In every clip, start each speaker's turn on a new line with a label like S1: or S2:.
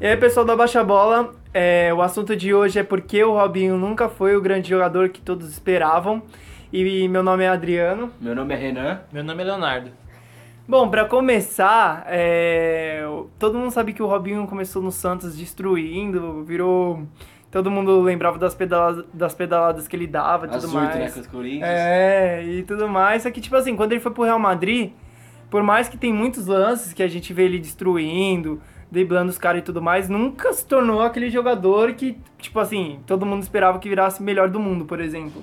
S1: E aí, pessoal da Baixa Bola, é, o assunto de hoje é porque o Robinho nunca foi o grande jogador que todos esperavam. E meu nome é Adriano.
S2: Meu nome é Renan.
S3: Meu nome é Leonardo.
S1: Bom, pra começar, é, todo mundo sabe que o Robinho começou no Santos destruindo, virou. Todo mundo lembrava das, pedala, das pedaladas que ele dava e
S2: As
S1: Ah, tudo
S2: oito,
S1: mais.
S2: né, com os Corinthians.
S1: É, e tudo mais. Só que, tipo assim, quando ele foi pro Real Madrid, por mais que tem muitos lances que a gente vê ele destruindo, driblando os caras e tudo mais, nunca se tornou aquele jogador que, tipo assim, todo mundo esperava que virasse o melhor do mundo, por exemplo.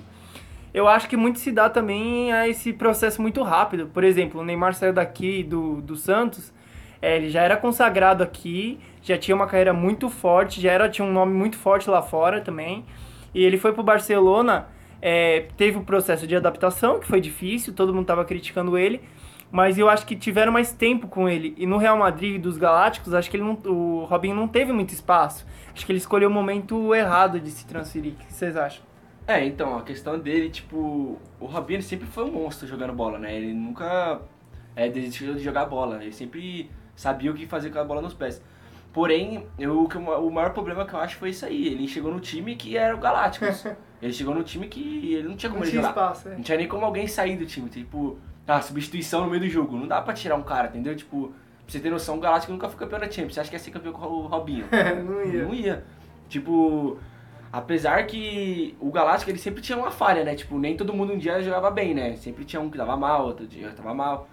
S1: Eu acho que muito se dá também a esse processo muito rápido. Por exemplo, o Neymar saiu daqui do, do Santos, é, ele já era consagrado aqui, já tinha uma carreira muito forte, já era, tinha um nome muito forte lá fora também. E ele foi pro Barcelona, é, teve o processo de adaptação, que foi difícil, todo mundo tava criticando ele. Mas eu acho que tiveram mais tempo com ele. E no Real Madrid dos Galácticos, acho que ele não- o Robinho não teve muito espaço. Acho que ele escolheu o momento errado de se transferir. O que vocês acham?
S2: É, então, a questão dele, tipo, o Robinho ele sempre foi um monstro jogando bola, né? Ele nunca é, desistiu de jogar bola, ele sempre sabia o que fazer com a bola nos pés. Porém, eu, o que eu- o maior problema que eu acho foi isso aí, ele chegou no time que era o Galácticos. ele chegou no time que ele não tinha como
S1: Não
S2: ele
S1: tinha
S2: jogar.
S1: espaço, é.
S2: Não tinha nem como alguém sair do time, tipo, ah, substituição no meio do jogo, não dá pra tirar um cara, entendeu? Tipo, pra você ter noção, o Galáctico nunca foi campeão da Champions, você acha que ia ser campeão com o Robinho?
S1: não
S2: Não ia. Tipo, apesar que o Galáctico ele sempre tinha uma falha, né? Tipo, nem todo mundo um dia jogava bem, né? Sempre tinha um que dava mal, outro dia tava mal.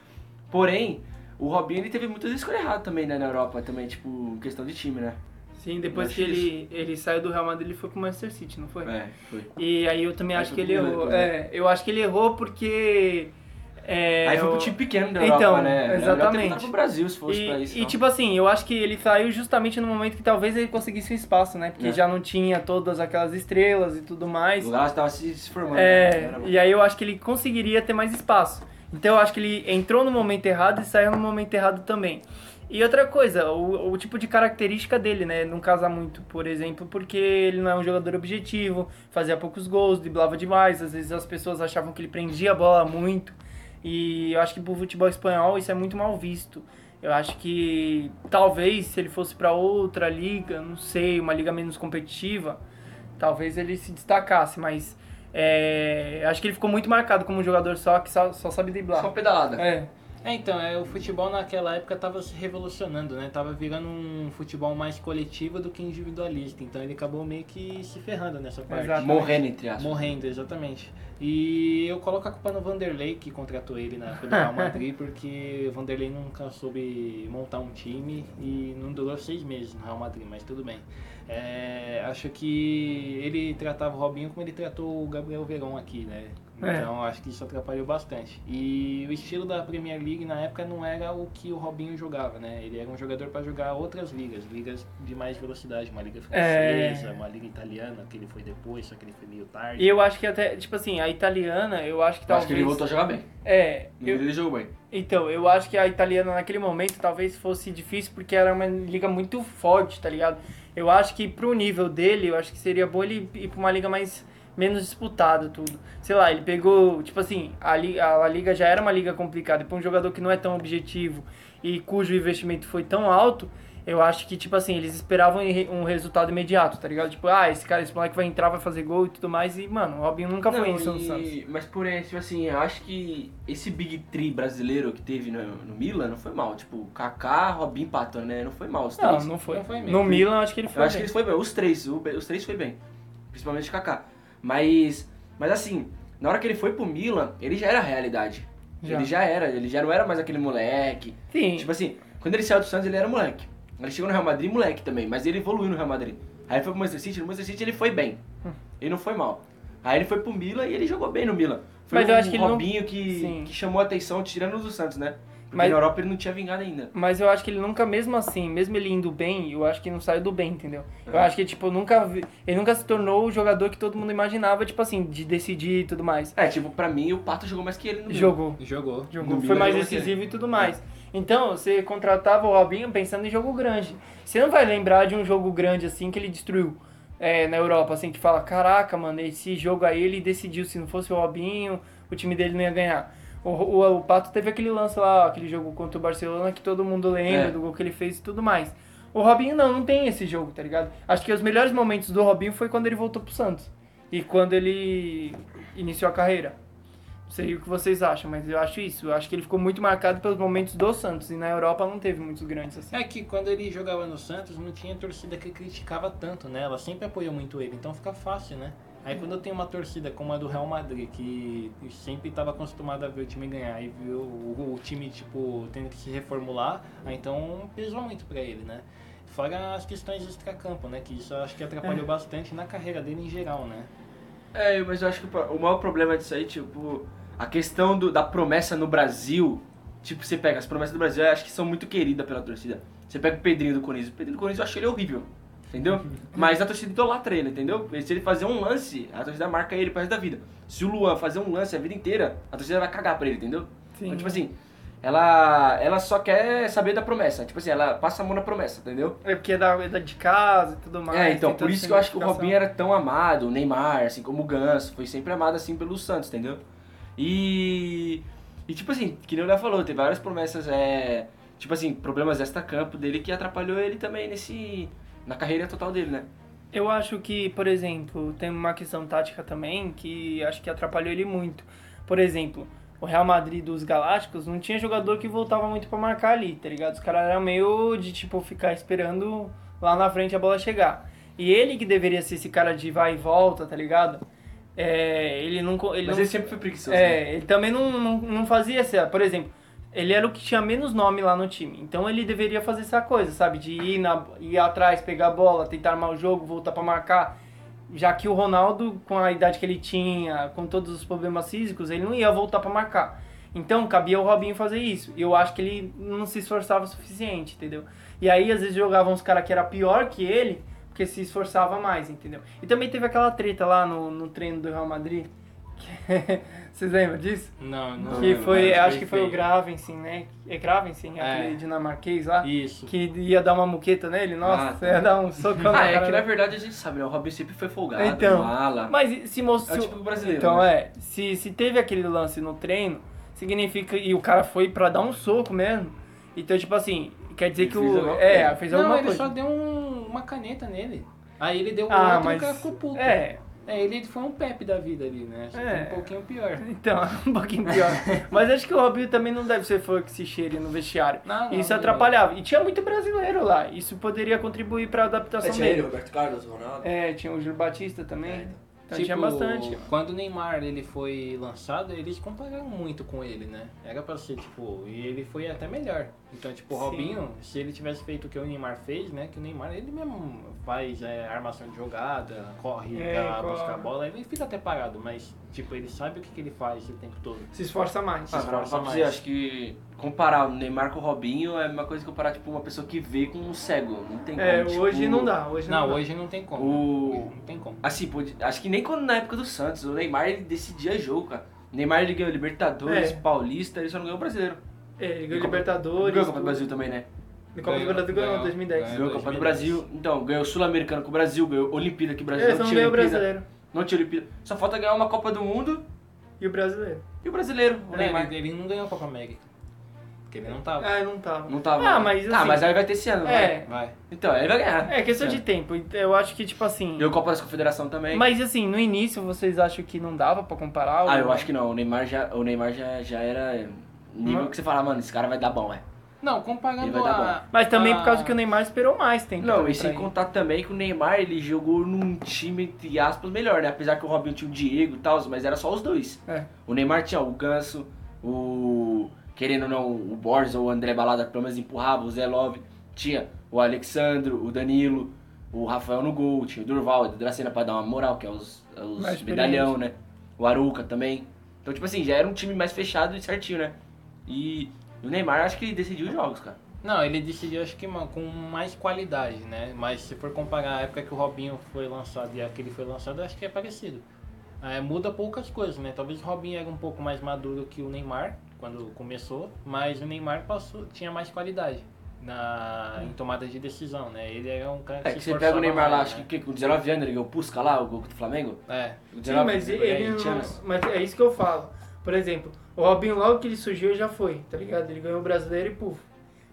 S2: Porém, o Robinho ele teve muitas escolhas erradas também, né, na Europa, também, tipo, questão de time, né?
S1: Sim, depois
S2: Acho
S1: que ele, ele saiu do Real Madrid, ele foi pro Manchester City, não foi?
S2: É, foi.
S1: E aí eu também
S2: Aí
S1: acho que
S2: foi
S1: ele
S2: pro
S1: errou.
S2: Liverpool, né?
S1: É, eu acho que ele errou porque. é,
S2: Aí foi pro
S1: o-
S2: time pequeno da
S1: Então,
S2: Europa, né? Era melhor ter
S1: exatamente.
S2: voltado pro Brasil se fosse pra isso.
S1: E, e
S2: então.
S1: tipo assim, eu acho que ele saiu justamente no momento que talvez ele conseguisse um espaço, né? Porque
S2: É.
S1: já não tinha todas aquelas estrelas e tudo mais.
S2: o Galáctico tava se se formando. né?
S1: É,
S2: Era bom.
S1: e aí eu acho que ele conseguiria ter mais espaço. Então eu acho que ele entrou no momento errado e saiu no momento errado também. E outra coisa, o, o tipo de característica dele, né? Não casa muito, por exemplo, porque ele não é um jogador objetivo, fazia poucos gols, driblava demais, às vezes as pessoas achavam que ele prendia a bola muito. E eu acho que pro futebol espanhol isso é muito mal visto. Eu acho que talvez se ele fosse pra outra liga, não sei, uma liga menos competitiva, talvez ele se destacasse, mas é, acho que ele ficou muito marcado como um jogador só que só, só sabe driblar.
S2: Só pedalada.
S1: É,
S3: É, então, é, o futebol naquela época tava se revolucionando, né? Tava virando um futebol mais coletivo do que individualista. Então ele acabou meio que se ferrando nessa parte.
S1: Exato.
S2: Morrendo, entre aspas.
S3: Morrendo, exatamente. E eu coloco a culpa no Vanderlei, que contratou ele na época do Real Madrid, porque o Vanderlei nunca soube montar um time e não durou seis meses no Real Madrid, mas tudo bem. É, acho que ele tratava o Robinho como ele tratou o Gabriel Verón aqui, né?
S1: É.
S3: Então acho que isso atrapalhou bastante. E o estilo da Premier League na época não era o que o Robinho jogava, né? Ele era um jogador para jogar outras ligas, ligas de mais velocidade, uma liga
S1: É.
S3: francesa, uma liga italiana, que ele foi depois, só que ele foi meio tarde.
S1: E eu acho que até, tipo assim, a italiana, eu acho que
S2: Eu
S1: talvez.
S2: Acho que ele voltou a jogar bem.
S1: É, eu-
S2: Ele jogou bem.
S1: então, eu acho que a italiana naquele momento talvez fosse difícil porque era uma liga muito forte, tá ligado? Eu acho que pro nível dele, eu acho que seria bom ele ir pra uma liga mais menos disputada tudo. Sei lá, ele pegou, tipo assim, a li- a La liga já era uma liga complicada e pra um jogador que não é tão objetivo e cujo investimento foi tão alto, eu acho que tipo assim, eles esperavam em re- um resultado imediato, tá ligado? Tipo, ah, esse cara, esse moleque vai entrar, vai fazer gol e tudo mais e, mano, o Robinho nunca foi
S2: Não,
S1: isso no
S2: e-
S1: Santos.
S2: Mas porém, tipo assim, eu acho que esse Big Tree brasileiro que teve no, no Milan não foi mal. Tipo, Kaká, Robin Pato, né? Não foi mal os
S1: Não,
S2: três.
S1: não foi.
S3: Não foi mesmo.
S1: No Milan, eu acho que ele foi.
S2: eu acho que
S1: bem.
S2: eles foi bem. Os três, o- os três foi bem. Principalmente o Kaká. Mas, mas assim, na hora que ele foi pro Milan, ele já era a realidade.
S1: Já.
S2: Ele já era, ele já não era mais aquele moleque.
S1: Sim.
S2: Tipo assim, quando ele saiu do Santos, ele era moleque. Ele chegou no Real Madrid, moleque também, mas ele evoluiu no Real Madrid. Aí foi pro Manchester City, no Manchester City ele foi bem.
S1: Hum.
S2: Ele não foi mal. Aí ele foi pro Milan e ele jogou bem no Milan. Foi
S1: Mas eu
S2: o
S1: acho que ele não-
S2: Robinho que,
S1: Sim.
S2: que chamou a atenção, tirando os do Santos, né? Porque
S1: Mas-
S2: na Europa ele não tinha vingado ainda.
S1: Mas eu acho que ele nunca, mesmo assim, mesmo ele indo bem, eu acho que não saiu do bem, entendeu? Eu
S2: É.
S1: acho que, tipo, nunca vi- ele nunca se tornou o jogador que todo mundo imaginava, tipo assim, de decidir e tudo mais.
S2: É, tipo, pra mim o Pato jogou mais que ele no Milan.
S1: Jogou.
S3: Jogou.
S1: Jogou.
S2: No
S1: Foi
S2: Milan
S1: mais
S2: jogou assim.
S1: um decisivo e tudo mais. Então, você contratava o Robinho pensando em jogo grande. Você não vai lembrar de um jogo grande assim que ele destruiu é, na Europa, assim, que fala, caraca, mano, esse jogo aí ele decidiu, se não fosse o Robinho, o time dele não ia ganhar. O, o, o Pato teve aquele lance lá, aquele jogo contra o Barcelona que todo mundo lembra,
S2: É.
S1: do gol que ele fez e tudo mais. O Robinho não, não tem esse jogo, tá ligado? Acho que os melhores momentos do Robinho foi quando ele voltou pro Santos. E quando ele iniciou a carreira. Não sei o que vocês acham, mas eu acho isso. Eu acho que ele ficou muito marcado pelos momentos do Santos. E na Europa não teve muitos grandes assim.
S3: É que quando ele jogava no Santos, não tinha torcida que criticava tanto, né? Ela sempre apoiou muito ele, então fica fácil, né? Aí quando eu tenho uma torcida como a do Real Madrid, que sempre estava acostumada a ver o time ganhar e viu o, o time, tipo, tendo que se reformular, aí então pesou muito pra ele, né? Fora as questões de extracampo, né? Que isso eu acho que atrapalhou bastante na carreira dele em geral, né?
S2: É, mas eu acho que o pro- o maior problema disso aí, tipo, a questão do- da promessa no Brasil, tipo, você pega as promessas do Brasil, eu acho que são muito queridas pela torcida. Você pega o Pedrinho do Corinthians, o Pedrinho do Corinthians eu achei ele horrível, entendeu? Mas a torcida idolatra ele, entendeu? E se ele fazer um lance, a torcida marca ele pro resto da vida. Se o Luan fazer um lance a vida inteira, a torcida vai cagar pra ele, entendeu?
S1: Sim.
S2: Então, tipo assim, ela, ela só quer saber da promessa, tipo assim, ela passa a mão na promessa, entendeu?
S1: É porque é da, é da de casa e tudo mais.
S2: É, então,
S1: tem
S2: por
S1: toda
S2: isso que eu acho que o
S1: significação.
S2: Robinho era tão amado, o Neymar, assim como o Ganso, foi sempre amado assim pelo Santos, entendeu? E. E tipo assim, que nem o Léo falou, tem várias promessas, é. Tipo assim, problemas extra-campo dele que atrapalhou ele também nesse. na carreira total dele, né?
S1: Eu acho que, por exemplo, tem uma questão tática também que acho que atrapalhou ele muito. Por exemplo, o Real Madrid dos Galácticos não tinha jogador que voltava muito pra marcar ali, tá ligado? Os caras eram meio de, tipo, ficar esperando lá na frente a bola chegar. E ele que deveria ser esse cara de vai e volta, tá ligado? É, ele não... co- Ele
S2: Mas
S1: não...
S2: ele sempre foi preguiçoso. né?
S1: É, ele também não, não, não fazia essa. Por exemplo, ele era o que tinha menos nome lá no time. Então ele deveria fazer essa coisa, sabe? De ir, na, ir atrás, pegar a bola, tentar armar o jogo, voltar pra marcar. Já que o Ronaldo, com a idade que ele tinha, com todos os problemas físicos, ele não ia voltar pra marcar. Então cabia o Robinho fazer isso. E eu acho que ele não se esforçava o suficiente, entendeu? E aí às vezes jogavam os caras que era pior que ele, porque se esforçava mais, entendeu? E também teve aquela treta lá no, no treino do Real Madrid. que- Vocês lembram disso?
S3: Não,
S2: não
S1: Que
S2: lembro,
S1: foi,
S2: mas
S1: acho que foi o
S3: feio.
S1: Gravensen, né? É Gravensen,
S3: É.
S1: aquele dinamarquês lá,
S3: Isso.
S1: que ia dar uma muqueta nele,
S2: Ah,
S1: nossa,
S2: tá.
S1: ia dar um socão na
S2: Ah, é
S1: cara
S2: que na
S1: dele.
S2: verdade a gente sabe, né? O Robin sempre foi folgado,
S1: Então,
S2: mala.
S1: Mas se
S2: É o
S1: mostrou...
S2: tipo brasileiro.
S1: Então
S2: né?
S1: é, se, se teve aquele lance no treino, significa... E o cara foi pra dar um soco mesmo. Então, tipo assim, quer dizer
S2: Ele
S1: que
S2: fez
S1: o...
S2: alguma
S1: É,
S2: coisa.
S1: fez
S3: não,
S1: alguma
S3: ele
S1: coisa.
S3: só deu um- uma caneta nele. Aí ele deu
S1: Ah,
S3: outro e
S1: mas-
S3: o cara ficou puto.
S1: É,
S3: É, ele foi um Pepe da vida ali, né? Acho que
S1: É.
S3: foi um pouquinho pior.
S1: então, é um pouquinho pior. Mas acho que o Robinho também não deve ser fã que se cheire no vestiário.
S3: Não, não,
S1: Isso
S3: não.
S1: atrapalhava. E tinha muito brasileiro lá. Isso poderia contribuir pra adaptação
S4: É, tinha
S1: dele.
S4: ele, Roberto Carlos, Ronaldo.
S1: É, tinha o Júlio Batista também.
S4: É, então.
S1: Então tinha bastante.
S3: tá tipo, Quando o Neymar ele foi lançado, eles compararam muito com ele, né? Era pra ser, tipo, e ele foi até melhor. Então, tipo, o
S1: Sim.
S3: Robinho, se ele tivesse feito o que o Neymar fez, né? Que o Neymar, ele mesmo faz é, armação de jogada, corre
S1: É,
S3: pra
S1: corre.
S3: buscar a bola, ele fica até parado, mas, tipo, ele sabe o que, que ele faz o tempo todo.
S1: Se esforça mais.
S2: Ah, pra, pra
S3: esforça
S2: dizer,
S3: mais.
S2: acho que comparar o Neymar com o Robinho é uma coisa que comparar, tipo, uma pessoa que vê com um cego. Não tem
S1: é,
S2: como, tipo,
S1: hoje não dá. Hoje não,
S3: Não,
S1: dá.
S3: hoje não tem como.
S2: O-
S3: Hoje Não tem como.
S2: Assim, pode- acho que nem quando na época do Santos, o Neymar ele decidia jogo, cara. O Neymar ele ganhou Libertadores,
S1: É.
S2: Paulista, ele só não ganhou o Brasileiro.
S1: É, ele
S2: E
S1: ganhou
S2: Copa-
S1: Libertadores.
S2: Ganhou a Copa do
S1: tudo.
S2: Brasil também, né?
S1: E Copa do
S3: Ganhou,
S1: Brasil ganhou em
S3: ganhou,
S1: 2010.
S3: ganhou.
S2: Ganhou a Copa do
S3: 2010.
S2: Brasil, então, ganhou o Sul-Americano com o Brasil, ganhou Olimpíada que o Brasil
S1: É, só
S2: não
S1: não
S2: tinha
S1: ganhou o
S2: Olimpíada.
S1: brasileiro.
S2: Não tinha Olimpíada. Só falta ganhar uma Copa do Mundo
S1: E o brasileiro.
S2: e o brasileiro, o
S3: É,
S2: Neymar. É.
S3: ele, ele não ganhou a Copa América. Porque ele não tava.
S1: Ah, não tava.
S2: Não tava.
S1: Ah, mas
S2: Ah,
S1: assim-
S2: mas aí vai ter esse ano, né?
S1: É,
S3: Vai.
S2: Então, ele vai ganhar.
S1: é questão de tempo. Eu acho que, tipo assim.
S2: Ganhou a Copa das Confederação também.
S1: Mas assim, no início vocês acham que não dava pra comparar?
S2: Ah, eu acho que não. O Neymar já, o Neymar já, já era nível
S1: Hum.
S2: que você fala, mano, esse cara vai dar bom, é.
S3: Não,
S2: Ele
S3: comparando
S2: vai dar
S3: a...
S1: Mas também
S3: a-
S1: por causa que o Neymar esperou mais tempo.
S2: Ah. Não,
S1: também
S2: e sem
S1: Então, pra ir.
S2: contar também que o Neymar, ele jogou num time, entre aspas, melhor, né? Apesar que o Robinho tinha o Diego e tal, mas era só os dois.
S1: É.
S2: O Neymar tinha o Ganso, o... Querendo ou não, o Borges ou o André Balada, pelo menos empurrava, o Zé Love. Tinha o Alexandro, o Danilo, o Rafael no gol, tinha o Durval, o Dracena pra dar uma moral, que é os, é
S1: Mais
S2: os
S1: experiente.
S2: medalhão, né? O Aruca também. Então, tipo assim, já era um time mais fechado e certinho, né? E o Neymar, acho que ele decidiu os jogos, cara.
S3: Não, ele decidiu, acho que ma- com mais qualidade, né? Mas se for comparar a época que o Robinho foi lançado e a que ele foi lançado, eu acho que é parecido. É, muda poucas coisas, né? Talvez o Robinho era um pouco mais maduro que o Neymar quando começou, mas o Neymar passou, tinha mais qualidade na em tomada de decisão, né? Ele era um cara que
S2: É
S3: se
S2: que você pega o
S3: esforçava
S2: Neymar lá,
S3: mais,
S2: acho
S3: né?
S2: que, que com 19 anos ele ganhou o Pusca lá, o gol do Flamengo. né?
S3: É.
S2: Com
S1: Sim,
S2: 19,
S1: mas ele,
S2: 20
S1: não,
S2: anos.
S1: mas é isso que eu falo. Por exemplo, o Robinho logo que ele surgiu já foi, tá ligado? Ele ganhou o brasileiro e puf.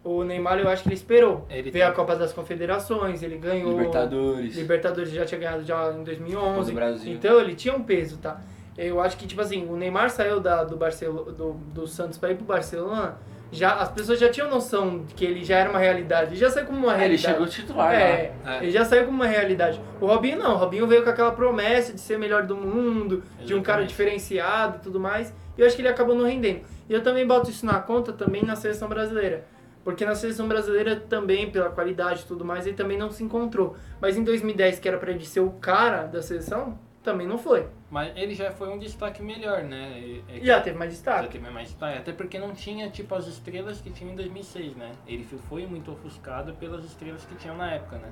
S1: O Neymar, eu acho que ele esperou.
S3: Ele
S1: Veio
S3: tem-
S1: a Copa das Confederações, ele ganhou.
S2: tá- Libertadores.
S1: Libertadores já tinha ganhado já em
S2: Copa do
S1: 2011.
S2: Brasil.
S1: Então ele tinha um peso, tá? Eu acho que, tipo assim, o Neymar saiu da- do, Barcelo, do, do Santos pra ir pro Barcelona, já, as pessoas já tinham noção de que ele já era uma realidade. Ele já saiu como uma
S2: É, ele
S1: realidade.
S2: chegou titular, né?
S1: É,
S3: lá. É.
S1: ele já saiu como uma realidade. O Robinho não, o Robinho veio com aquela promessa de ser melhor do mundo, de um cara
S3: Exatamente.
S1: diferenciado e tudo mais. E eu acho que ele acabou não rendendo. E eu também boto isso na conta também na seleção brasileira. Porque na seleção brasileira também, pela qualidade e tudo mais, ele também não se encontrou. Mas em 2010, que era pra ele ser o cara da seleção, também não foi.
S3: Mas ele já foi um destaque melhor, né? E- é que-
S1: E já teve mais
S3: já
S1: destaque.
S3: teve mais destaque. Até porque não tinha, tipo, as estrelas que tinha em 2006, né? Ele f- foi muito ofuscado pelas estrelas que tinham na época, né?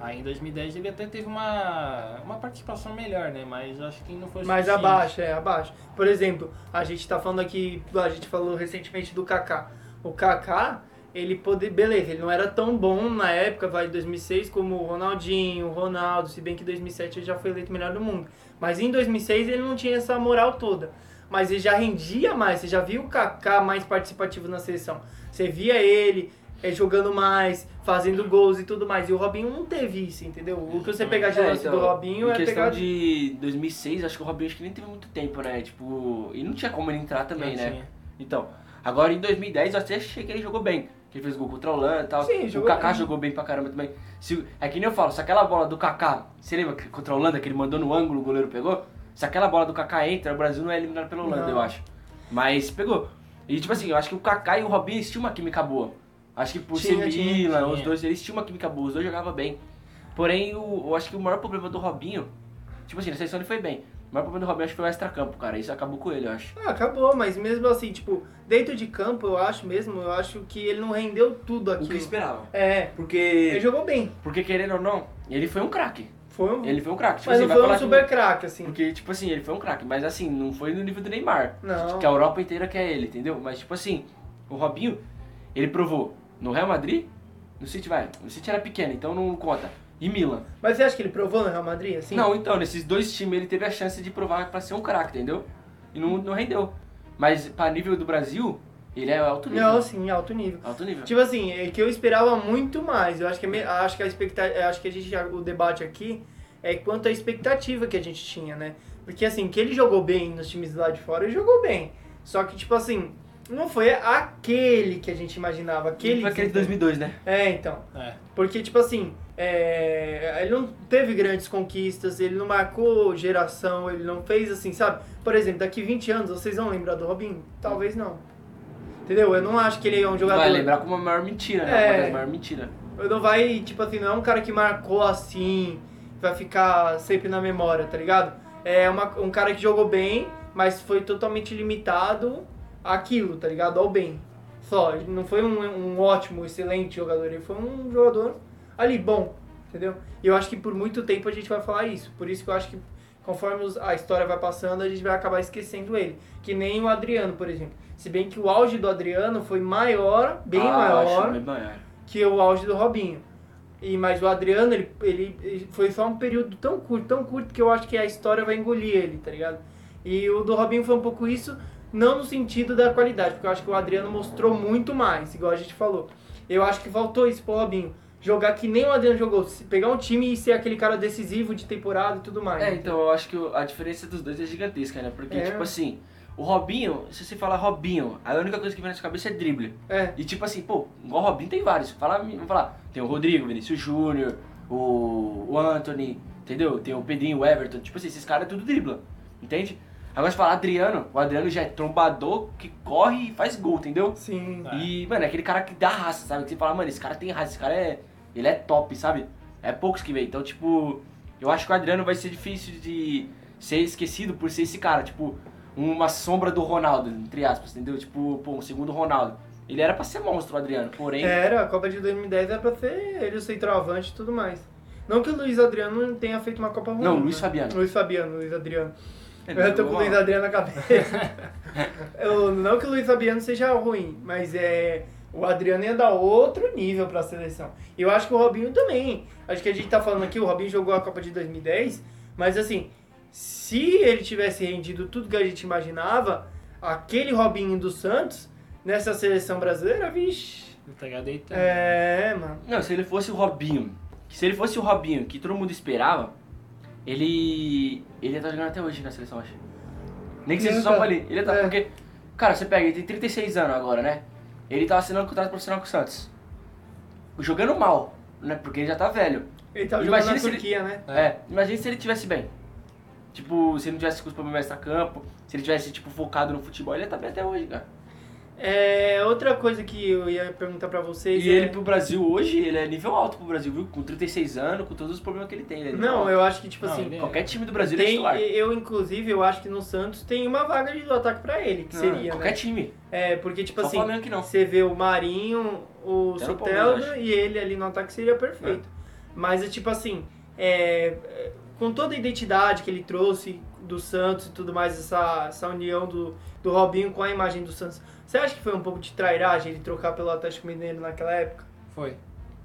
S3: Aí em 2010 ele até teve uma, uma participação melhor, né? Mas acho que não foi
S1: Mas
S3: suficiente.
S1: abaixo, é, abaixo. Por exemplo, a gente tá falando aqui, a gente falou recentemente do Kaká. O Kaká, ele poder, beleza, ele não era tão bom na época, vai em 2006, como o Ronaldinho, o Ronaldo, se bem que em 2007 ele já foi eleito melhor do mundo. Mas em 2006 ele não tinha essa moral toda. Mas ele já rendia mais, você já viu o Kaká mais participativo na seleção. Você via ele eh, jogando mais, fazendo gols e tudo mais. E o Robinho não teve isso, entendeu? O que você pegar de
S2: É,
S1: lance
S2: então,
S1: do Robinho
S2: em
S1: é
S2: questão
S1: pegar
S2: de 2006, acho que o Robinho acho que nem teve muito tempo, né? Tipo, e não tinha como ele entrar também,
S3: Não
S2: né?
S3: tinha.
S2: Então, agora em 2010 eu até achei que ele jogou bem. Que ele fez gol contra a Holanda e tal.
S1: Sim,
S2: o
S1: jogou
S2: Kaká
S1: bem.
S2: jogou bem pra caramba também. Se, é que nem eu falo, se aquela bola do Kaká, você lembra que contra a Holanda que ele mandou no ângulo, o goleiro pegou? Se aquela bola do Kaká entra, o Brasil não é eliminado pela Holanda,
S1: Não.
S2: eu acho. Mas pegou. E tipo assim, eu acho que o Kaká e o Robinho eles tinham uma química boa. Acho que por ser
S1: Tinha, tinha,
S2: Milan, os
S3: tinha.
S2: dois, eles tinham uma química boa, os dois jogavam bem. Porém, o, eu acho que o maior problema do Robinho, tipo assim, na seleção ele foi bem. O maior problema do Robinho acho que foi o extra-campo, cara. Isso acabou com ele, eu acho.
S1: Ah, acabou, mas mesmo assim, tipo, dentro de campo, eu acho mesmo, eu acho que ele não rendeu tudo aqui.
S2: esperava.
S1: É,
S2: Porque.
S1: ele jogou bem.
S2: Porque querendo ou não, ele foi um craque.
S1: Foi um.
S2: Ele foi um craque. Tipo
S1: mas não
S2: assim, vai
S1: foi
S2: falar
S1: um
S2: que-
S1: super craque, assim.
S2: Porque, tipo assim, ele foi um craque, mas assim, não foi no nível do Neymar.
S1: Não.
S2: Que é a Europa inteira quer ele, entendeu? Mas, tipo assim, o Robinho, ele provou no Real Madrid, no City, vai. O City era pequeno, então não conta. E Milan.
S1: Mas você acha que ele provou no Real Madrid, assim?
S2: Não, então, nesses dois times ele teve a chance de provar pra ser um craque, entendeu? E não, não rendeu. Mas pra nível do Brasil, ele é alto nível.
S1: Não, sim, alto nível.
S2: Alto nível.
S1: Tipo assim, é que eu esperava muito mais. Eu acho que, a me- acho que a expectativa. Acho que a gente já- o debate aqui é quanto à expectativa que a gente tinha, né? Porque assim, que ele jogou bem nos times lá de fora, ele jogou bem. Só que, tipo assim, não foi aquele que a gente imaginava. Aquele.
S2: Foi aquele de 2002, né?
S1: É, então.
S3: É.
S1: Porque, tipo assim, é, ele não teve grandes conquistas, ele não marcou geração, ele não fez assim, sabe? Por exemplo, daqui 20 anos, vocês vão lembrar do Robinho? Talvez não. Entendeu? Eu não acho que ele é um jogador.
S2: Vai lembrar como a maior mentira, né?
S1: É.
S2: Uma das maiores mentiras.
S1: Ele não vai, tipo assim, não é um cara que marcou assim, vai ficar sempre na memória, tá ligado? É uma- um cara que jogou bem, mas foi totalmente limitado àquilo, tá ligado? Ao bem. Só, ele não foi um, um ótimo, excelente jogador, ele foi um jogador ali, bom, entendeu? E eu acho que por muito tempo a gente vai falar isso, por isso que eu acho que conforme os- a história vai passando, a gente vai acabar esquecendo ele. Que nem o Adriano, por exemplo. Se bem que o auge do Adriano foi maior, bem
S2: Ah,
S1: maior,
S2: acho bem maior.
S1: que é o auge do Robinho. E, mas o Adriano, ele, ele, ele foi só um período tão curto, tão curto que eu acho que a história vai engolir ele, tá ligado? E o do Robinho foi um pouco isso, não no sentido da qualidade, porque eu acho que o Adriano mostrou muito mais, igual a gente falou. Eu acho que faltou isso pro Robinho. Jogar que nem o Adriano jogou, se- pegar um time e ser aquele cara decisivo de temporada e tudo mais.
S2: É, então eu acho que o- a diferença dos dois é gigantesca, né? Porque,
S1: É.
S2: tipo assim, o Robinho, se você falar Robinho, a única coisa que vem na sua cabeça é drible.
S1: É.
S2: E tipo assim, pô, igual Robinho tem vários. Fala, vamos falar. Tem o Rodrigo, o Vinícius Júnior, o, o Anthony, entendeu? Tem o Pedrinho, o Everton. Tipo assim, esses caras tudo dribla, entende? Agora se falar Adriano, o Adriano já é trombador que corre e faz gol, entendeu?
S1: Sim.
S3: É.
S2: E, mano, é aquele cara que dá raça, sabe? Que você fala, mano, esse cara tem raça, esse cara é. Ele é top, sabe? É poucos que vem. Então, tipo, eu acho que o Adriano vai ser difícil de ser esquecido por ser esse cara, tipo, uma sombra do Ronaldo, entre aspas, entendeu? Tipo, pô, um segundo Ronaldo. Ele era pra ser monstro, o Adriano, porém.
S1: Era, a Copa de 2010 era pra ser ele o centroavante e tudo mais. Não que o Luiz Adriano não tenha feito uma Copa ruim.
S2: Não, Luiz
S1: né?
S2: Fabiano. É,
S1: Luiz Fabiano, Luiz Adriano.
S2: Ele um
S1: Eu tô com
S2: jogou
S1: o Luiz
S2: mal.
S1: Adriano na cabeça. Eu- não que o Luiz Fabiano seja ruim, mas é. O Adriano ia dar outro nível pra seleção. E eu acho que o Robinho também. Acho que a gente tá falando aqui, o Robinho jogou a Copa de 2010, mas assim, se ele tivesse rendido tudo que a gente imaginava, aquele Robinho do Santos, nessa seleção brasileira, vixe.
S3: Estaria
S2: Tá.
S3: deitando.
S1: É, mano.
S2: Não, se ele fosse o Robinho, se ele fosse o Robinho que todo mundo esperava, ele ele ia estar jogando até hoje na seleção, acho. Nem que seja
S1: Ele
S2: só
S1: tá-
S2: pra ele, ele ia estar,
S1: é.
S2: porque cara, você pega, ele tem 36 anos agora, né? Ele tá assinando contrato profissional com o Santos. Jogando mal, né? Porque ele já tá velho.
S1: Ele tava
S2: Imagina
S1: Então, jogando na
S2: se ele-
S1: Turquia, né?
S2: É. imagina se ele tivesse bem. Tipo, se ele não tivesse com os problemas extra-campo, se ele tivesse, tipo, focado no futebol, ele ia estar bem até hoje, cara.
S1: É, outra coisa que eu ia perguntar pra vocês
S2: E
S1: é...
S2: ele pro Brasil hoje, ele é nível alto pro Brasil, viu? Com 36 anos, com todos os problemas que ele tem. Ele é nível
S1: Não,
S2: alto.
S1: eu acho que, tipo
S3: Não,
S1: assim...
S3: ele é-
S2: Qualquer time do Brasil é
S1: Tem,
S2: titular.
S1: eu, inclusive, eu acho que no Santos tem uma vaga de ataque pra ele, que
S2: Não,
S1: seria,
S2: Ah, Qualquer
S1: né?
S2: time.
S1: É, porque, tipo
S2: Só
S1: assim,
S2: Flamengo que não.
S1: você vê o Marinho, o
S2: Até no Palmeiras,
S1: Soteldo e ele ali no ataque seria perfeito. Mas é tipo assim, é, é, com toda a identidade que ele trouxe do Santos e tudo mais, essa, essa união do, do Robinho com a imagem do Santos, você acha que foi um pouco de trairagem ele trocar pelo Atlético Mineiro naquela época?
S3: Foi.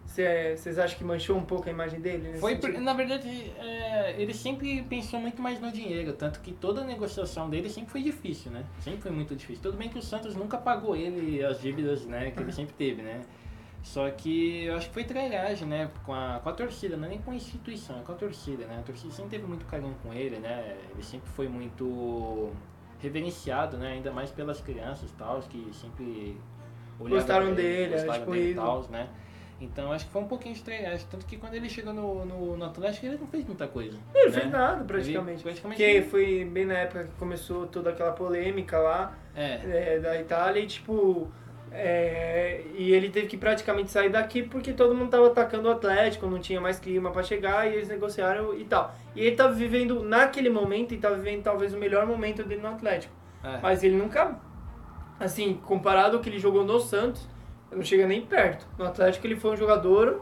S1: Você- Vocês acham que manchou um pouco a imagem dele? nesse
S3: Foi, por-
S1: sentido?
S3: na verdade, é, ele sempre pensou muito mais no dinheiro, tanto que toda a negociação dele sempre foi difícil, né? Sempre foi muito difícil. Tudo bem que o Santos nunca pagou ele as dívidas, né, que ele sempre teve, né? Só que eu acho que foi trairagem, né, com a, com a torcida, não é nem com a instituição, é com a torcida, né? A torcida sempre teve muito carinho com ele, né? Ele sempre foi muito reverenciado, né? Ainda mais pelas crianças e tal, que sempre olhavam
S1: Gostaram
S3: pra ele,
S1: dele, era
S3: gostavam
S1: tipo
S3: dele e
S1: ídolo.
S3: tal, né? Então acho que foi um pouquinho estranho. Tanto que quando ele chegou no, no, no Atlético, ele não fez muita coisa.
S1: Ele
S3: né?
S1: fez nada
S3: Ele
S1: praticamente.
S3: praticamente
S1: Porque
S3: não-
S1: foi bem na época que começou toda aquela polêmica lá.
S3: É.
S1: é, da Itália e tipo. é, e ele teve que praticamente sair daqui porque todo mundo tava atacando o Atlético, não tinha mais clima pra chegar e eles negociaram e tal. E ele tava vivendo naquele momento e tava vivendo talvez o melhor momento dele no Atlético.
S3: é.
S1: Mas ele nunca, assim, comparado ao que ele jogou no Santos, não chega nem perto. No Atlético ele foi um jogador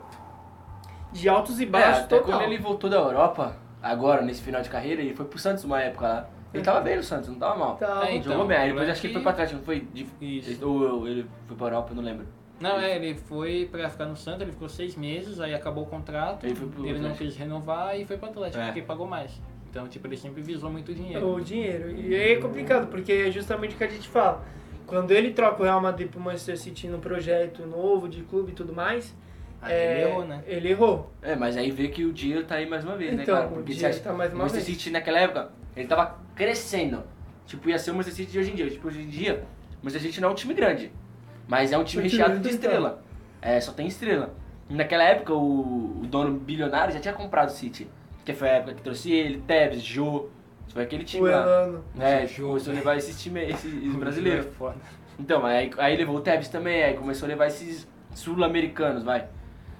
S1: de altos e
S2: É,
S1: baixos
S2: até
S1: total.
S2: quando ele voltou da Europa, agora, nesse final de carreira, ele foi pro Santos uma época lá. Ele tava bem no Santos, não tava mal.
S1: Tá,
S3: É, então,
S2: Jogou bem. Aí
S3: o
S2: depois
S3: problema
S2: acho que
S3: é
S2: ele foi pra Atlético, não foi? De...
S3: Isso.
S2: Ou eu- ele foi pra Europa, eu não lembro.
S3: Não, é, ele foi pra ficar no Santos, ele ficou seis meses, aí acabou o contrato,
S2: Ele foi pro
S3: ele não
S2: Atlético.
S3: quis renovar e foi pro Atlético,
S2: É.
S3: porque pagou mais. Então, tipo, ele sempre visou muito dinheiro.
S1: O dinheiro. E aí é complicado, porque é justamente o que a gente fala. Quando ele troca o Real Madrid pro Manchester City num projeto novo de clube e tudo mais,
S3: Aí
S1: é,
S3: ele errou, né?
S1: Ele errou.
S2: É, mas aí vê que o dinheiro tá aí mais uma vez, né,
S1: Então,
S2: cara?
S1: o
S2: Porque você
S1: dinheiro
S2: acha-
S1: tá mais
S2: o
S1: uma
S2: Manchester
S1: vez.
S2: City naquela época, ele tava crescendo. Tipo, ia ser o Manchester City de hoje em dia. Tipo, hoje em dia, o Manchester City não é um time grande. Mas é um time
S1: Um time
S2: recheado de
S1: grande,
S2: estrela. É, só tem estrela. Naquela época, o, o dono bilionário já tinha comprado o City. Que foi a época que trouxe ele, Tevez, Jô. Foi aquele time
S1: o
S2: lá.
S1: Elano.
S2: É,
S3: Jô,
S2: começou a levar esse time, esse, esse
S3: É
S2: brasileiro.
S3: foda.
S2: Então, aí, aí levou o Tevez também, aí começou a levar esses sul-americanos, vai.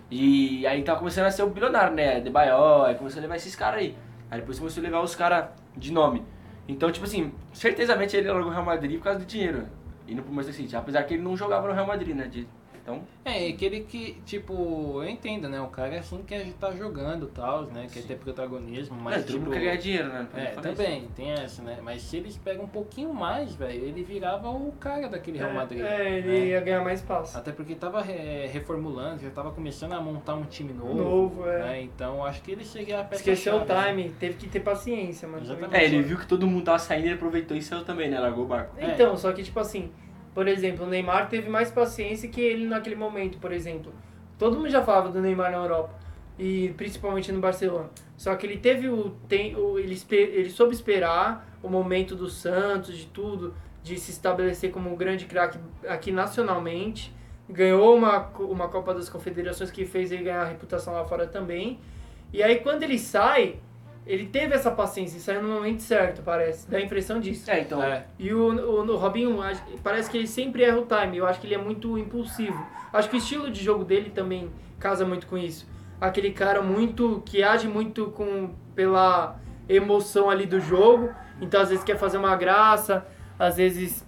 S2: E aí tava começando a ser o bilionário, né? De Baió, aí começou a levar esses caras aí. Aí depois começou a levar os caras de nome. Então, tipo assim, certezamente ele largou o Real Madrid por causa do dinheiro. né? E não pro Manchester City. Apesar que ele não jogava no Real Madrid, né? de- Então,
S3: É, e aquele que, tipo, eu entendo, né? O cara assim quer estar jogando e tal, né? Quer ter protagonismo, mas.
S2: mas todo mundo
S3: tipo,
S2: quer ganhar dinheiro, né?
S3: É,
S2: Falar isso.
S3: também, tem essa, né? Mas se eles pegam um pouquinho mais, velho, ele virava o cara daquele Real Madrid.
S1: É, ele
S3: né?
S1: ia ganhar mais espaço.
S3: Até porque tava re- reformulando, já tava começando a montar um time novo.
S1: Novo, é.
S3: né? Então acho que ele seria a peça né?
S1: Esqueceu o time, teve que ter paciência, mano.
S3: Exatamente.
S2: É, ele viu que todo mundo tava saindo, ele aproveitou e saiu também, né? Largou o barco.
S1: Então, só que tipo assim, por exemplo, o Neymar teve mais paciência que ele naquele momento, por exemplo. Todo mundo já falava do Neymar na Europa e principalmente no Barcelona. Só que ele teve o tempo, ele, espe- ele soube esperar o momento do Santos, de tudo, de se estabelecer como um grande craque aqui nacionalmente. Ganhou uma, co- uma Copa das Confederações que fez ele ganhar a reputação lá fora também. E aí quando ele sai, ele teve essa paciência, e saiu no momento certo, parece. Dá a impressão disso.
S2: É, então.
S3: É,
S1: E o, o, o Robinho, acho- parece que ele sempre erra o time. Eu acho que ele é muito impulsivo. Acho que o estilo de jogo dele também casa muito com isso. Aquele cara muito que age muito com pela emoção ali do jogo. Então às vezes quer fazer uma graça, às vezes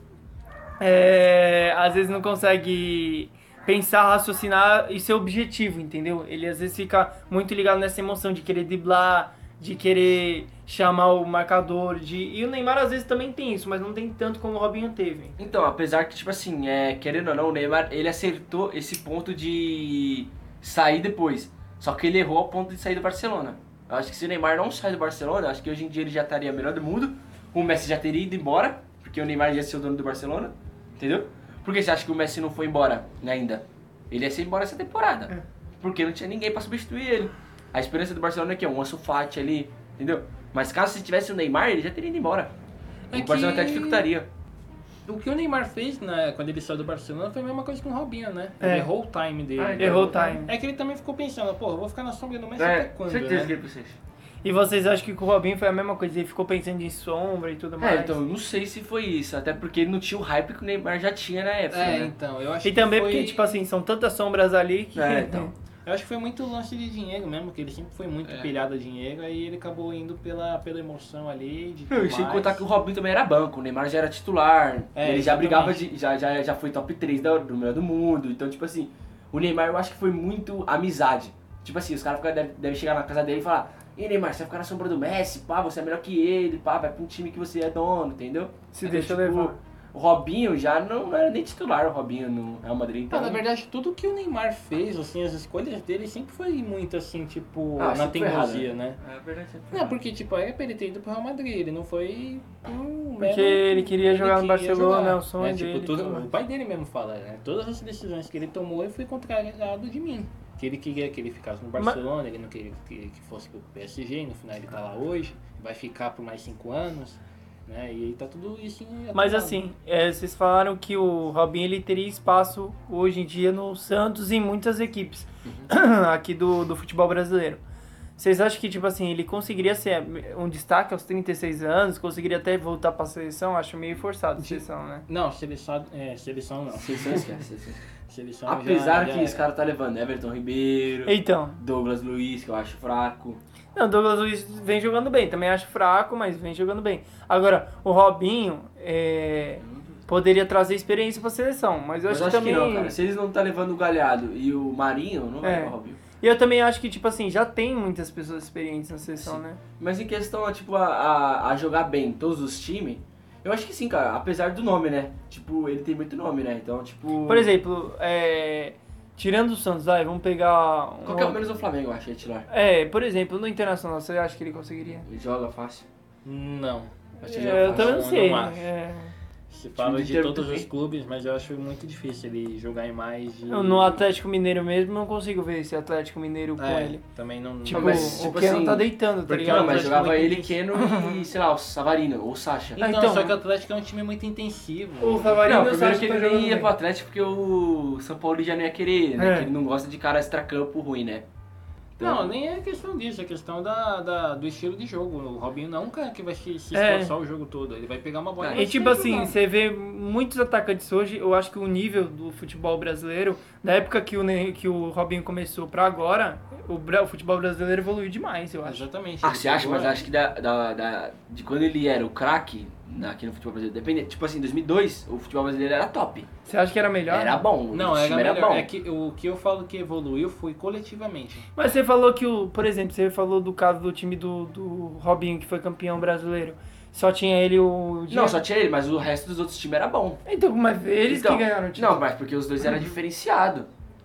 S1: é, às vezes não consegue pensar, raciocinar e ser objetivo, entendeu? Ele às vezes fica muito ligado nessa emoção de querer driblar, de querer chamar o marcador, de e o Neymar às vezes também tem isso, mas não tem tanto como o Robinho teve.
S2: Então, apesar que, tipo assim, é, querendo ou não, o Neymar, ele acertou esse ponto de sair depois. Só que ele errou ao ponto de sair do Barcelona. Eu acho que se o Neymar não sai do Barcelona, eu acho que hoje em dia ele já estaria melhor do mundo. O Messi já teria ido embora, porque o Neymar já ia ser o dono do Barcelona, entendeu? Por que você acha que o Messi não foi embora ainda? Ele ia ser embora essa
S3: É.
S2: temporada. Porque não tinha ninguém pra substituir ele. A esperança do Barcelona é que é um Ansu Fati ali, entendeu? Mas caso se tivesse o Neymar, ele já teria ido embora.
S3: É
S2: o Barcelona até
S3: que-
S2: dificultaria.
S3: O que o Neymar fez né, quando ele saiu do Barcelona foi a mesma coisa com o Robinho, né?
S1: É.
S3: Ele errou o time dele.
S2: Ah, então-
S1: Errou o time.
S3: É que ele também ficou pensando, pô, eu vou ficar na sombra do Messi até
S2: É, com
S3: quando,
S2: certeza que
S3: né?
S2: ele precisa.
S1: E vocês acham que com o Robinho foi a mesma coisa? Ele ficou pensando em sombra e tudo mais.
S2: É, então eu não sei se foi isso, até porque ele não tinha o hype que o Neymar já tinha na época,
S3: É,
S2: né?
S3: então, eu acho
S1: E também
S3: que foi...
S1: porque, tipo assim, são tantas sombras ali que.
S2: É, então.
S3: Eu acho que foi muito lance de dinheiro mesmo, que ele sempre foi muito
S2: É.
S3: pilhado a dinheiro, aí ele acabou indo pela, pela emoção ali, de
S2: Não, e
S3: tudo
S2: sem
S3: mais.
S2: contar que o Robinho também era banco, o Neymar já era titular,
S3: É,
S2: ele já
S3: exatamente.
S2: brigava, de, já, já, já foi top 3 da- do melhor do mundo, então tipo assim, o Neymar eu acho que foi muito amizade. Tipo assim, os caras fica- devem devem chegar na casa dele e falar, e Neymar, você vai ficar na sombra do Messi, pá, você é melhor que ele, pá, vai pra um time que você é dono, entendeu?
S1: Se
S2: Então,
S1: deixa
S2: tipo,
S1: levar.
S2: O Robinho já não, não era nem titular, o Robinho no Real Madrid, então...
S3: Ah, na verdade, tudo que o Neymar fez, assim, as escolhas dele sempre foi muito, assim, tipo,
S2: Ah,
S3: na
S2: sempre foi
S3: teimosia, né?
S2: É verdade.
S3: Não, porque, tipo, era pra ele ter ido pro Real Madrid, ele não foi... um
S1: Porque
S3: mero-
S1: ele queria jogar no
S3: queria
S1: Barcelona,
S3: jogar.
S1: é o sonho
S3: é, tipo,
S1: dele e
S3: todo-
S1: tudo mais.
S3: O pai dele mesmo fala, né? Todas as decisões que ele tomou, ele foi contrariado de mim. Que ele queria que ele ficasse no
S1: Mas-
S3: Barcelona, ele não queria que, que fosse pro PSG, no final ele tá lá hoje, vai ficar por mais cinco anos, né? E aí tá tudo isso em...
S1: Mas assim, é, vocês falaram que o Robinho ele teria espaço hoje em dia no Santos e em muitas equipes
S2: Uhum.
S1: aqui do, do futebol brasileiro. Vocês acham que, tipo assim, ele conseguiria ser um destaque aos 36 anos? Conseguiria até voltar pra seleção? Acho meio forçado a seleção, né?
S3: Não, seleção, é, seleção não.
S2: Vocês são esquece.
S3: Seleção Então já-
S2: Apesar
S3: já é.
S2: que
S3: era.
S2: esse cara tá levando Everton Ribeiro,
S1: Então,
S2: Douglas Luiz, que eu acho fraco.
S1: não, o Douglas Luiz vem jogando bem. Também acho fraco, mas vem jogando bem. Agora, o Robinho é, poderia trazer experiência pra seleção, mas eu
S2: Mas
S1: acho que também...
S2: não, cara. Se eles não tá levando o Galhardo e o Marinho, não vai
S1: É.
S2: levar o Robinho.
S1: E eu também acho que, tipo assim, já tem muitas pessoas experientes na seleção,
S2: Sim.
S1: né?
S2: Mas em questão a, tipo, a, a, a jogar bem todos os times, eu acho que sim, cara. Apesar do nome, né? Tipo, ele tem muito nome, né? Então, tipo...
S1: Por exemplo, é, tirando o Santos, vai, vamos pegar. um-
S2: Qualquer menos é o Flamengo, eu acho, é titular.
S1: É, por exemplo, no Internacional, você acha que ele conseguiria?
S2: Ele joga fácil.
S3: Não. Acho que já
S1: É, eu
S3: faz-
S1: também não sei.
S3: acho.
S1: é.
S3: Se fala
S2: do
S3: de
S2: Inter
S3: todos
S2: também.
S3: os clubes, mas eu acho muito difícil ele jogar em mais de...
S1: Eu, No Atlético Mineiro mesmo, não consigo ver esse Atlético Mineiro com
S3: É,
S1: ele.
S3: também não...
S1: Tipo,
S2: mas,
S1: o
S2: tipo
S1: Keno
S2: assim,
S1: tá deitando, tá
S3: porque
S1: ligado?
S2: Não, mas
S3: acho
S2: jogava
S3: muito
S2: ele, Keno e, sei lá, o Savarino ou o Sacha.
S3: Então,
S1: então,
S3: só
S1: mas-
S3: que o Atlético é um time muito intensivo.
S1: O Savarino
S2: não,
S1: eu
S2: primeiro
S1: acho
S2: que
S1: que tá
S2: ele
S1: jogando
S2: nem ia
S1: bem.
S2: pro Atlético porque o São Paulo já não ia querer, né?
S1: É.
S2: Que ele não gosta de cara extracampo ruim, né?
S3: Não, nem é questão disso, é questão da, da- do estilo de jogo. O Robinho não é um cara que vai se, se
S1: É.
S3: esforçar o jogo todo. Ele vai pegar uma bola
S2: Cara,
S1: E
S3: vai
S1: tipo
S3: sair
S1: assim,
S3: jogando.
S1: você vê muitos atacantes hoje, eu acho que o nível do futebol brasileiro, da época que o, Ney- que o Robinho começou pra agora, o, bra- o futebol brasileiro evoluiu demais, eu acho.
S3: Exatamente.
S2: Ah,
S3: ele
S2: você acha?
S3: pegou,
S2: Mas
S3: é.
S2: acho que da, da, da- de quando ele era o craque na- aqui no futebol brasileiro, depende, tipo assim, em 2002, o futebol brasileiro era top.
S1: Você acha que era melhor?
S2: Era bom, o
S3: Não,
S2: time
S3: era,
S2: era,
S3: melhor.
S2: bom.
S3: É que, o que eu falo que evoluiu foi coletivamente.
S1: Mas você falou que o, por exemplo, você falou do caso do time do, do Robinho, que foi campeão brasileiro. Só tinha ele e o Diego.
S2: Não, só tinha ele, mas o resto dos outros times era bom.
S1: Então, mas eles
S2: Então,
S1: que ganharam o time.
S2: Não, mas porque os dois eram diferenciados.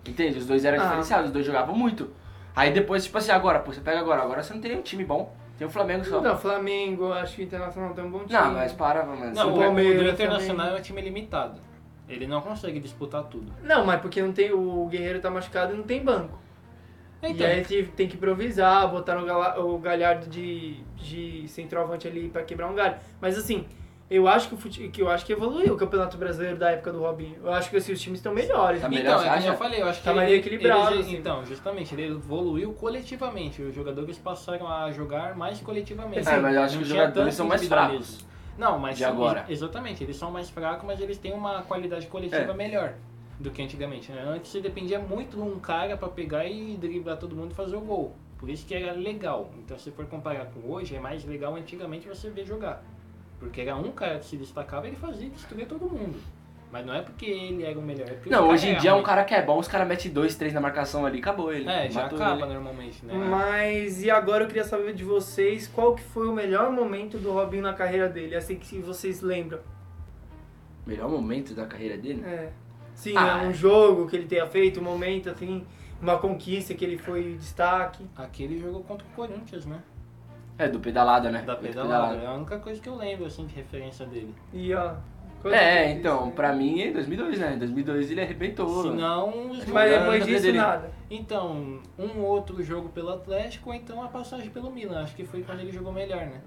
S2: Entende? Os dois eram
S1: Ah.
S2: diferenciados, os dois jogavam muito. Aí depois, tipo assim, agora, pô, você pega agora, agora você não tem um time bom. Tem o Flamengo só. Não,
S1: Não, Flamengo, acho que o Internacional tem um bom time.
S2: mas para, mas.
S3: Não,
S1: o
S3: o,
S1: É, Palmeiras
S3: o do Internacional
S1: também.
S3: é um time limitado. Ele não consegue disputar tudo.
S1: Não, mas porque não tem, o Guerreiro tá machucado e não tem banco.
S3: Então,
S1: E aí te- tem que improvisar, botar o, Gala- o Galhardo de, de centroavante ali pra quebrar um galho. Mas assim, eu acho que, o fute- que eu acho que evoluiu o Campeonato Brasileiro da época do Robinho. Eu acho que assim, os times estão melhores.
S2: Tá
S1: né?
S2: melhor,
S3: então,
S2: você
S3: é como
S2: acha?
S3: eu falei, eu acho que
S1: Tá mais
S3: ele,
S1: equilibrado,
S3: ele-
S1: assim.
S3: Então, justamente, ele evoluiu coletivamente. Os jogadores passaram a jogar mais coletivamente.
S2: É, mas eu acho
S3: Não
S2: que os
S3: tinha
S2: jogadores
S3: tanto
S2: são mais
S3: individualismo.
S2: fracos.
S3: Não, mas
S2: De agora.
S3: ex- exatamente, eles são mais fracos, mas eles têm uma qualidade
S2: É.
S3: coletiva melhor do que antigamente. Né? Antes você dependia muito de um cara pra pegar e driblar todo mundo e fazer o gol. Por isso que era legal. Então se for comparar com hoje, é mais legal antigamente você ver jogar. Porque era um cara que se destacava, ele fazia destruir todo mundo. Mas não é porque ele era o melhor. É porque o
S2: Não,
S3: cara
S2: hoje em
S3: era
S2: dia um
S3: ruim.
S2: cara que é bom, os caras metem dois, três na marcação ali, acabou ele.
S3: É, já
S2: Matou
S3: acaba
S2: ele.
S3: normalmente, né?
S1: Mas e agora eu queria saber de vocês qual que foi o melhor momento do Robinho na carreira dele, assim que vocês lembram.
S2: Melhor momento da carreira dele? né?
S1: É. Sim,
S2: Ah.
S1: né, um jogo que ele tenha feito, um momento assim, uma conquista que ele foi destaque.
S3: Aquele jogo contra o Corinthians, né?
S2: É, do pedalada, né?
S3: Da
S2: Do
S3: pedalada. É a única coisa que eu lembro, assim, de referência dele.
S1: E ó,
S3: Quando
S2: É,
S3: foi isso?
S2: então, pra mim é 2002, né? Em 2002 ele arrebentou.
S3: Se não, os
S1: Mas
S2: Não,
S1: depois
S2: não
S1: disso,
S2: dele.
S1: nada.
S3: Então, um outro jogo pelo Atlético, ou então a passagem pelo Milan. Acho que foi quando ele jogou melhor, né?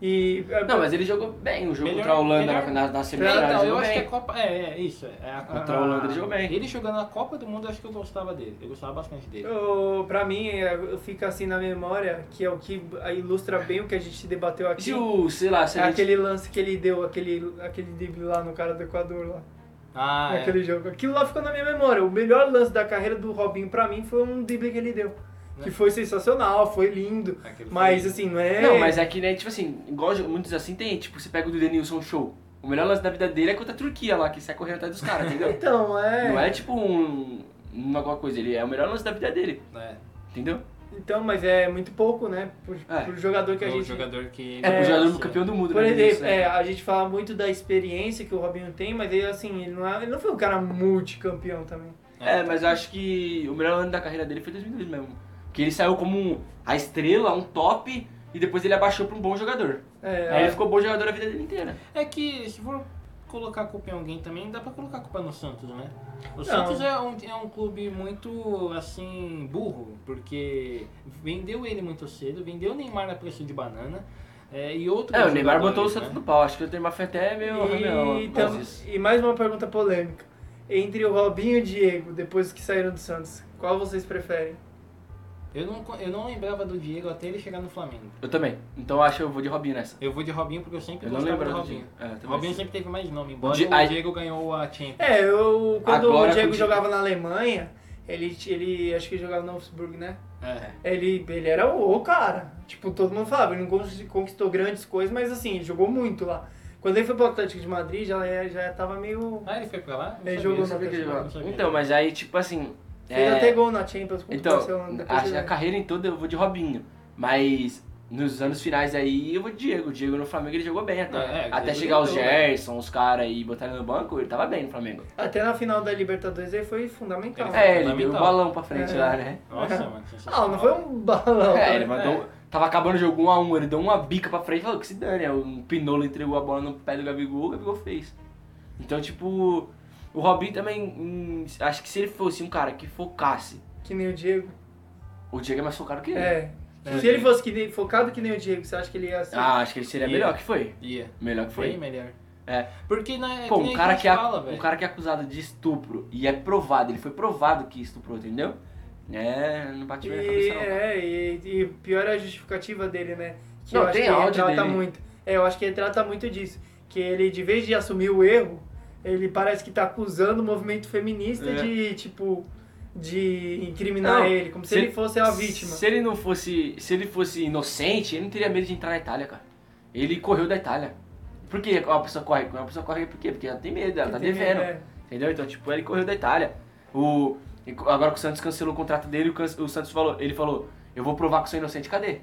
S1: E. é,
S2: Não, mas ele jogou bem o jogo
S3: Melhor-
S2: contra a Holanda
S3: melhor-
S2: na, na, na
S3: É,
S2: semifinal.
S3: então,
S2: ele
S3: eu
S2: jogou
S3: acho que
S2: bem.
S3: a Copa. É, é isso. É a,
S2: Contra a Holanda ele jogou bem.
S3: Ele jogando a Copa do Mundo, acho que eu gostava dele. Eu gostava bastante dele.
S1: Eu, pra mim, é, fica assim na memória, que é o que ilustra bem o que a gente debateu
S3: Ah,
S2: E
S1: aqui.
S2: se o, sei lá, se
S1: É
S2: ele-
S1: aquele lance que ele deu, aquele, aquele drible lá no cara do Equador lá,
S3: Ah, é.
S1: naquele jogo. Aquilo lá ficou na minha memória. O melhor lance da carreira do Robinho pra mim foi um drible que ele deu. Que foi sensacional, foi lindo.
S3: Aquele
S1: Mas
S3: foi-
S1: assim, não é.
S2: Não, mas é que, né, tipo assim, igual jo- muitos assim tem, tipo, você pega o do Denilson Show. O melhor lance da vida dele é contra a Turquia lá, que sai correndo atrás dos caras, entendeu?
S1: Então, é.
S2: Não é tipo um. um alguma coisa, ele é o melhor lance da vida dele,
S1: assim,
S3: É,
S2: entendeu?
S1: Então, mas é muito pouco, né? Por,
S2: É.
S1: por jogador que a
S3: o
S1: gente.
S3: um jogador que.
S2: É, o jogador
S3: Sim.
S2: campeão do mundo,
S1: Por
S2: né,
S1: exemplo,
S2: Denilson, né?
S1: é, a gente fala muito da experiência que o Robinho tem, mas ele assim, ele não, é- ele não foi um cara multicampeão também.
S2: É, mas eu acho que o melhor ano da carreira dele foi 2002 mesmo. Porque ele saiu como um- a estrela, um top, e depois ele abaixou pra um bom jogador.
S1: É,
S2: Aí ele ficou bom jogador a vida dele inteira.
S3: É que se for colocar a culpa em alguém também, dá pra colocar a culpa no Santos, né? O
S1: Não.
S3: Santos é um, é um clube muito, assim, burro, porque vendeu ele muito cedo, vendeu o Neymar a preço de banana, é, e né? outro...
S2: É, o Neymar botou o Santos no pau. Acho que o Neymar foi até meio
S1: E,
S2: Ramel.
S3: um-
S1: então, e mais uma pergunta polêmica. Entre o Robinho e o Diego, depois que saíram do Santos, qual vocês preferem?
S3: Eu não, co- eu não lembrava do Diego até ele chegar no Flamengo.
S2: Eu também. Então acho que eu vou de Robinho nessa.
S3: Eu vou de Robinho porque eu sempre
S2: Eu não
S3: gostava
S2: lembro
S3: do
S2: do
S3: Robinho.
S2: Diego. É, eu também
S3: o Robinho
S2: sei.
S3: sempre teve mais nome, embora
S2: Di-
S3: o
S2: a-
S3: Diego ganhou a Champions.
S1: É, eu. Quando
S2: Agora
S1: o Diego
S2: com o Diego.
S1: jogava na Alemanha, ele, ele. Acho que ele jogava no Wolfsburg, né?
S3: É.
S1: Ele, ele era o cara. Tipo, todo mundo falava, ele não cons- conquistou grandes coisas, mas assim, ele jogou muito lá. Quando ele foi pro Atlético de Madrid, já, é- já tava meio.
S3: Ah, ele foi pra lá?
S1: Ele
S3: Não sabia.
S1: jogou
S2: Eu
S1: no
S2: sabia que ele
S1: Atlético,
S2: jogava.
S3: não sabia.
S2: Então, mas aí, tipo assim.
S1: Fez
S2: é,
S1: até gol na Champions contra o
S2: Então,
S1: Barcelona. depois
S2: a, a
S1: ele-
S2: carreira em toda eu vou de Robinho. Mas nos anos finais aí eu vou de Diego. O Diego no Flamengo ele jogou bem até.
S3: Não, é,
S2: até
S3: Diego
S2: chegar os
S3: jogou, né?
S2: Gerson, os caras e botar ele no banco, ele tava bem no Flamengo.
S1: Até na final da Libertadores ele foi fundamental.
S3: Ele-
S2: É, ele deu o
S3: fundamental.
S2: balão pra frente
S1: É.
S2: lá, né?
S3: Nossa, mano.
S1: Ah,
S3: sensacional.
S1: não foi um balão.
S2: É,
S1: cara.
S2: ele mandou. Tava acabando o jogo 1 a 1 ele deu uma bica pra frente e falou que se dane. Aí Um Pinolo entregou a bola no pé do Gabigol, o Gabigol fez. Então, tipo, o Robinho também. hum, acho que se ele fosse um cara que focasse,
S1: Que nem o Diego.
S2: o Diego é mais focado que ele.
S1: É.
S3: É.
S1: Se ele fosse que nem- focado que nem o Diego, você acha que ele ia ser.
S2: Ah, acho que ele seria
S3: E-
S2: melhor que foi.
S3: Ia.
S2: Melhor que
S3: Foi
S2: foi.
S3: melhor.
S2: É.
S3: Porque na
S2: Pô,
S3: nem
S2: um cara,
S3: gente
S2: que é,
S3: fala,
S2: um
S3: velho.
S2: cara que é acusado de estupro e é provado, ele foi provado que estuprou, entendeu? É, não bate bem na
S1: E,
S2: cabeça não.
S1: é, e, e pior é a justificativa dele, né? Que
S2: Não,
S1: eu acho
S2: tem
S1: que ele
S2: áudio
S1: trata
S2: dele.
S1: muito. É, eu acho que ele trata muito disso. Que ele, de vez de assumir o erro, ele parece que tá acusando o movimento feminista
S2: É.
S1: de, tipo, de incriminar
S2: Não,
S1: ele, como se,
S2: se-
S1: ele fosse a vítima.
S2: Se ele não fosse, se ele fosse inocente, ele não teria medo de entrar na Itália, cara. Ele correu da Itália. Por que uma pessoa corre? Uma pessoa corre por quê? Porque ela tem medo, ela tá
S1: Tem-
S2: devendo.
S1: é.
S2: Entendeu? Então, tipo, ele correu da Itália. O, agora que o Santos cancelou o contrato dele, o, Can- o Santos falou, ele falou, eu vou provar que sou inocente, cadê?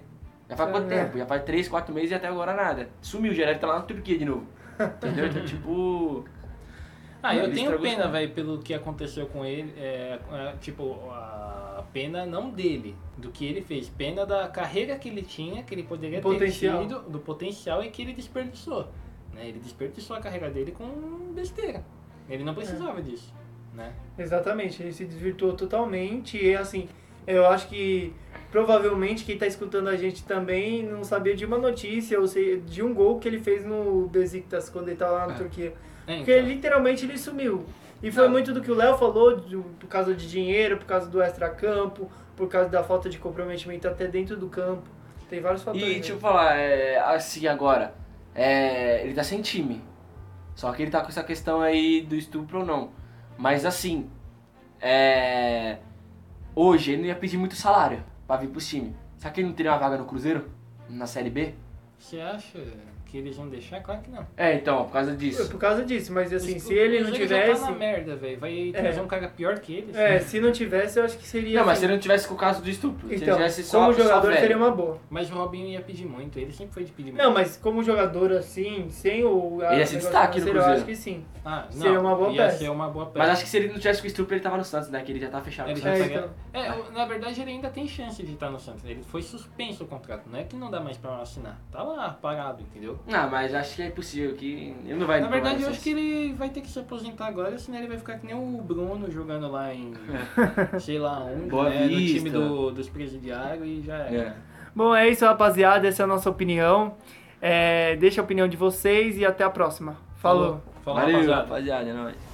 S2: Já faz quanto
S1: É.
S2: tempo? Já faz 3, 4 meses e até agora nada. Sumiu, já deve estar lá na Turquia de novo. Entendeu? Então, tipo...
S3: Ah, eu
S2: Ele
S3: tenho
S2: estragou
S3: pena,
S2: tudo.
S3: velho, pelo que aconteceu com ele. É, é, tipo, a pena não dele, do que ele fez. Pena da carreira que ele tinha, que ele poderia
S1: Do potencial.
S3: ter tido, do potencial e que ele desperdiçou. Né? Ele desperdiçou a carreira dele com besteira. Ele não
S1: É.
S3: precisava disso. Né?
S1: Exatamente, ele se desvirtuou totalmente e assim, eu acho que provavelmente quem tá escutando a gente também não sabia de uma notícia ou se- de um gol que ele fez no Besiktas quando ele tava lá na
S3: É.
S1: Turquia.
S3: É,
S1: Porque
S3: então.
S1: literalmente ele sumiu. E foi
S3: Não.
S1: muito do que o Léo falou, do- por causa de dinheiro, por causa do extracampo, por causa da falta de comprometimento até dentro do campo. Tem vários fatores.
S2: E,
S1: né?
S2: deixa eu falar, é, assim, agora, é, ele tá sem time. Só que ele tá com essa questão aí do estupro ou não. Mas, assim, é, hoje ele não ia pedir muito salário pra vir pros times. Será que ele não teria uma vaga no Cruzeiro? Na Série B?
S3: Você acha que eles vão deixar? Claro que não.
S2: É, então, por causa disso.
S1: Por causa disso, mas assim,
S3: Os-
S1: se ele
S3: o
S1: não
S3: Cruzeiro já
S1: tivesse.
S3: Tá na merda, velho. Vai trazer um cara pior que eles.
S1: É, se não tivesse, eu acho que seria.
S2: assim. Não, mas se
S1: assim,
S2: ele não tivesse com o caso do estupro. se ele
S1: Então,
S2: tivesse só
S1: como
S2: só
S1: jogador
S2: velho.
S1: seria uma boa.
S3: Mas o Robinho ia pedir muito, ele sempre foi de pedir muito.
S1: Não, mas como jogador assim, sem o. a-
S2: Ele ia se
S1: o negócio
S2: destaque no
S1: financeiro, Eu
S2: Cruzeiro.
S1: acho que sim.
S3: Ah, não,
S1: Seria uma boa
S3: ia
S1: peça.
S3: ser uma boa peça.
S2: Mas acho que se ele não tivesse com o estupro, ele tava no Santos, né? Que ele já tá fechado.
S3: Ele
S2: com o
S3: já
S2: Santos.
S1: É,
S3: tá
S1: então.
S3: ganhando- é, o- na verdade ele ainda tem chance de estar no Santos. Ele foi suspenso o contrato. Não é que não dá mais pra assinar. Tá lá parado, entendeu?
S2: Não, mas acho que é impossível que ele não vai
S3: Na
S2: tomar
S3: verdade, eu
S2: licença.
S3: acho que ele vai ter que se aposentar agora, senão ele vai ficar que nem o Bruno jogando lá em sei lá onde,
S2: Boa
S3: né, no
S2: Vista.
S3: time do- dos presidiários e já era.
S2: É.
S1: Bom, é isso, rapaziada. Essa é a nossa opinião. É, deixa a opinião de vocês e até a próxima. Falou.
S3: Falou,
S2: Valeu,
S3: rapaziada.
S2: rapaziada, é nóis.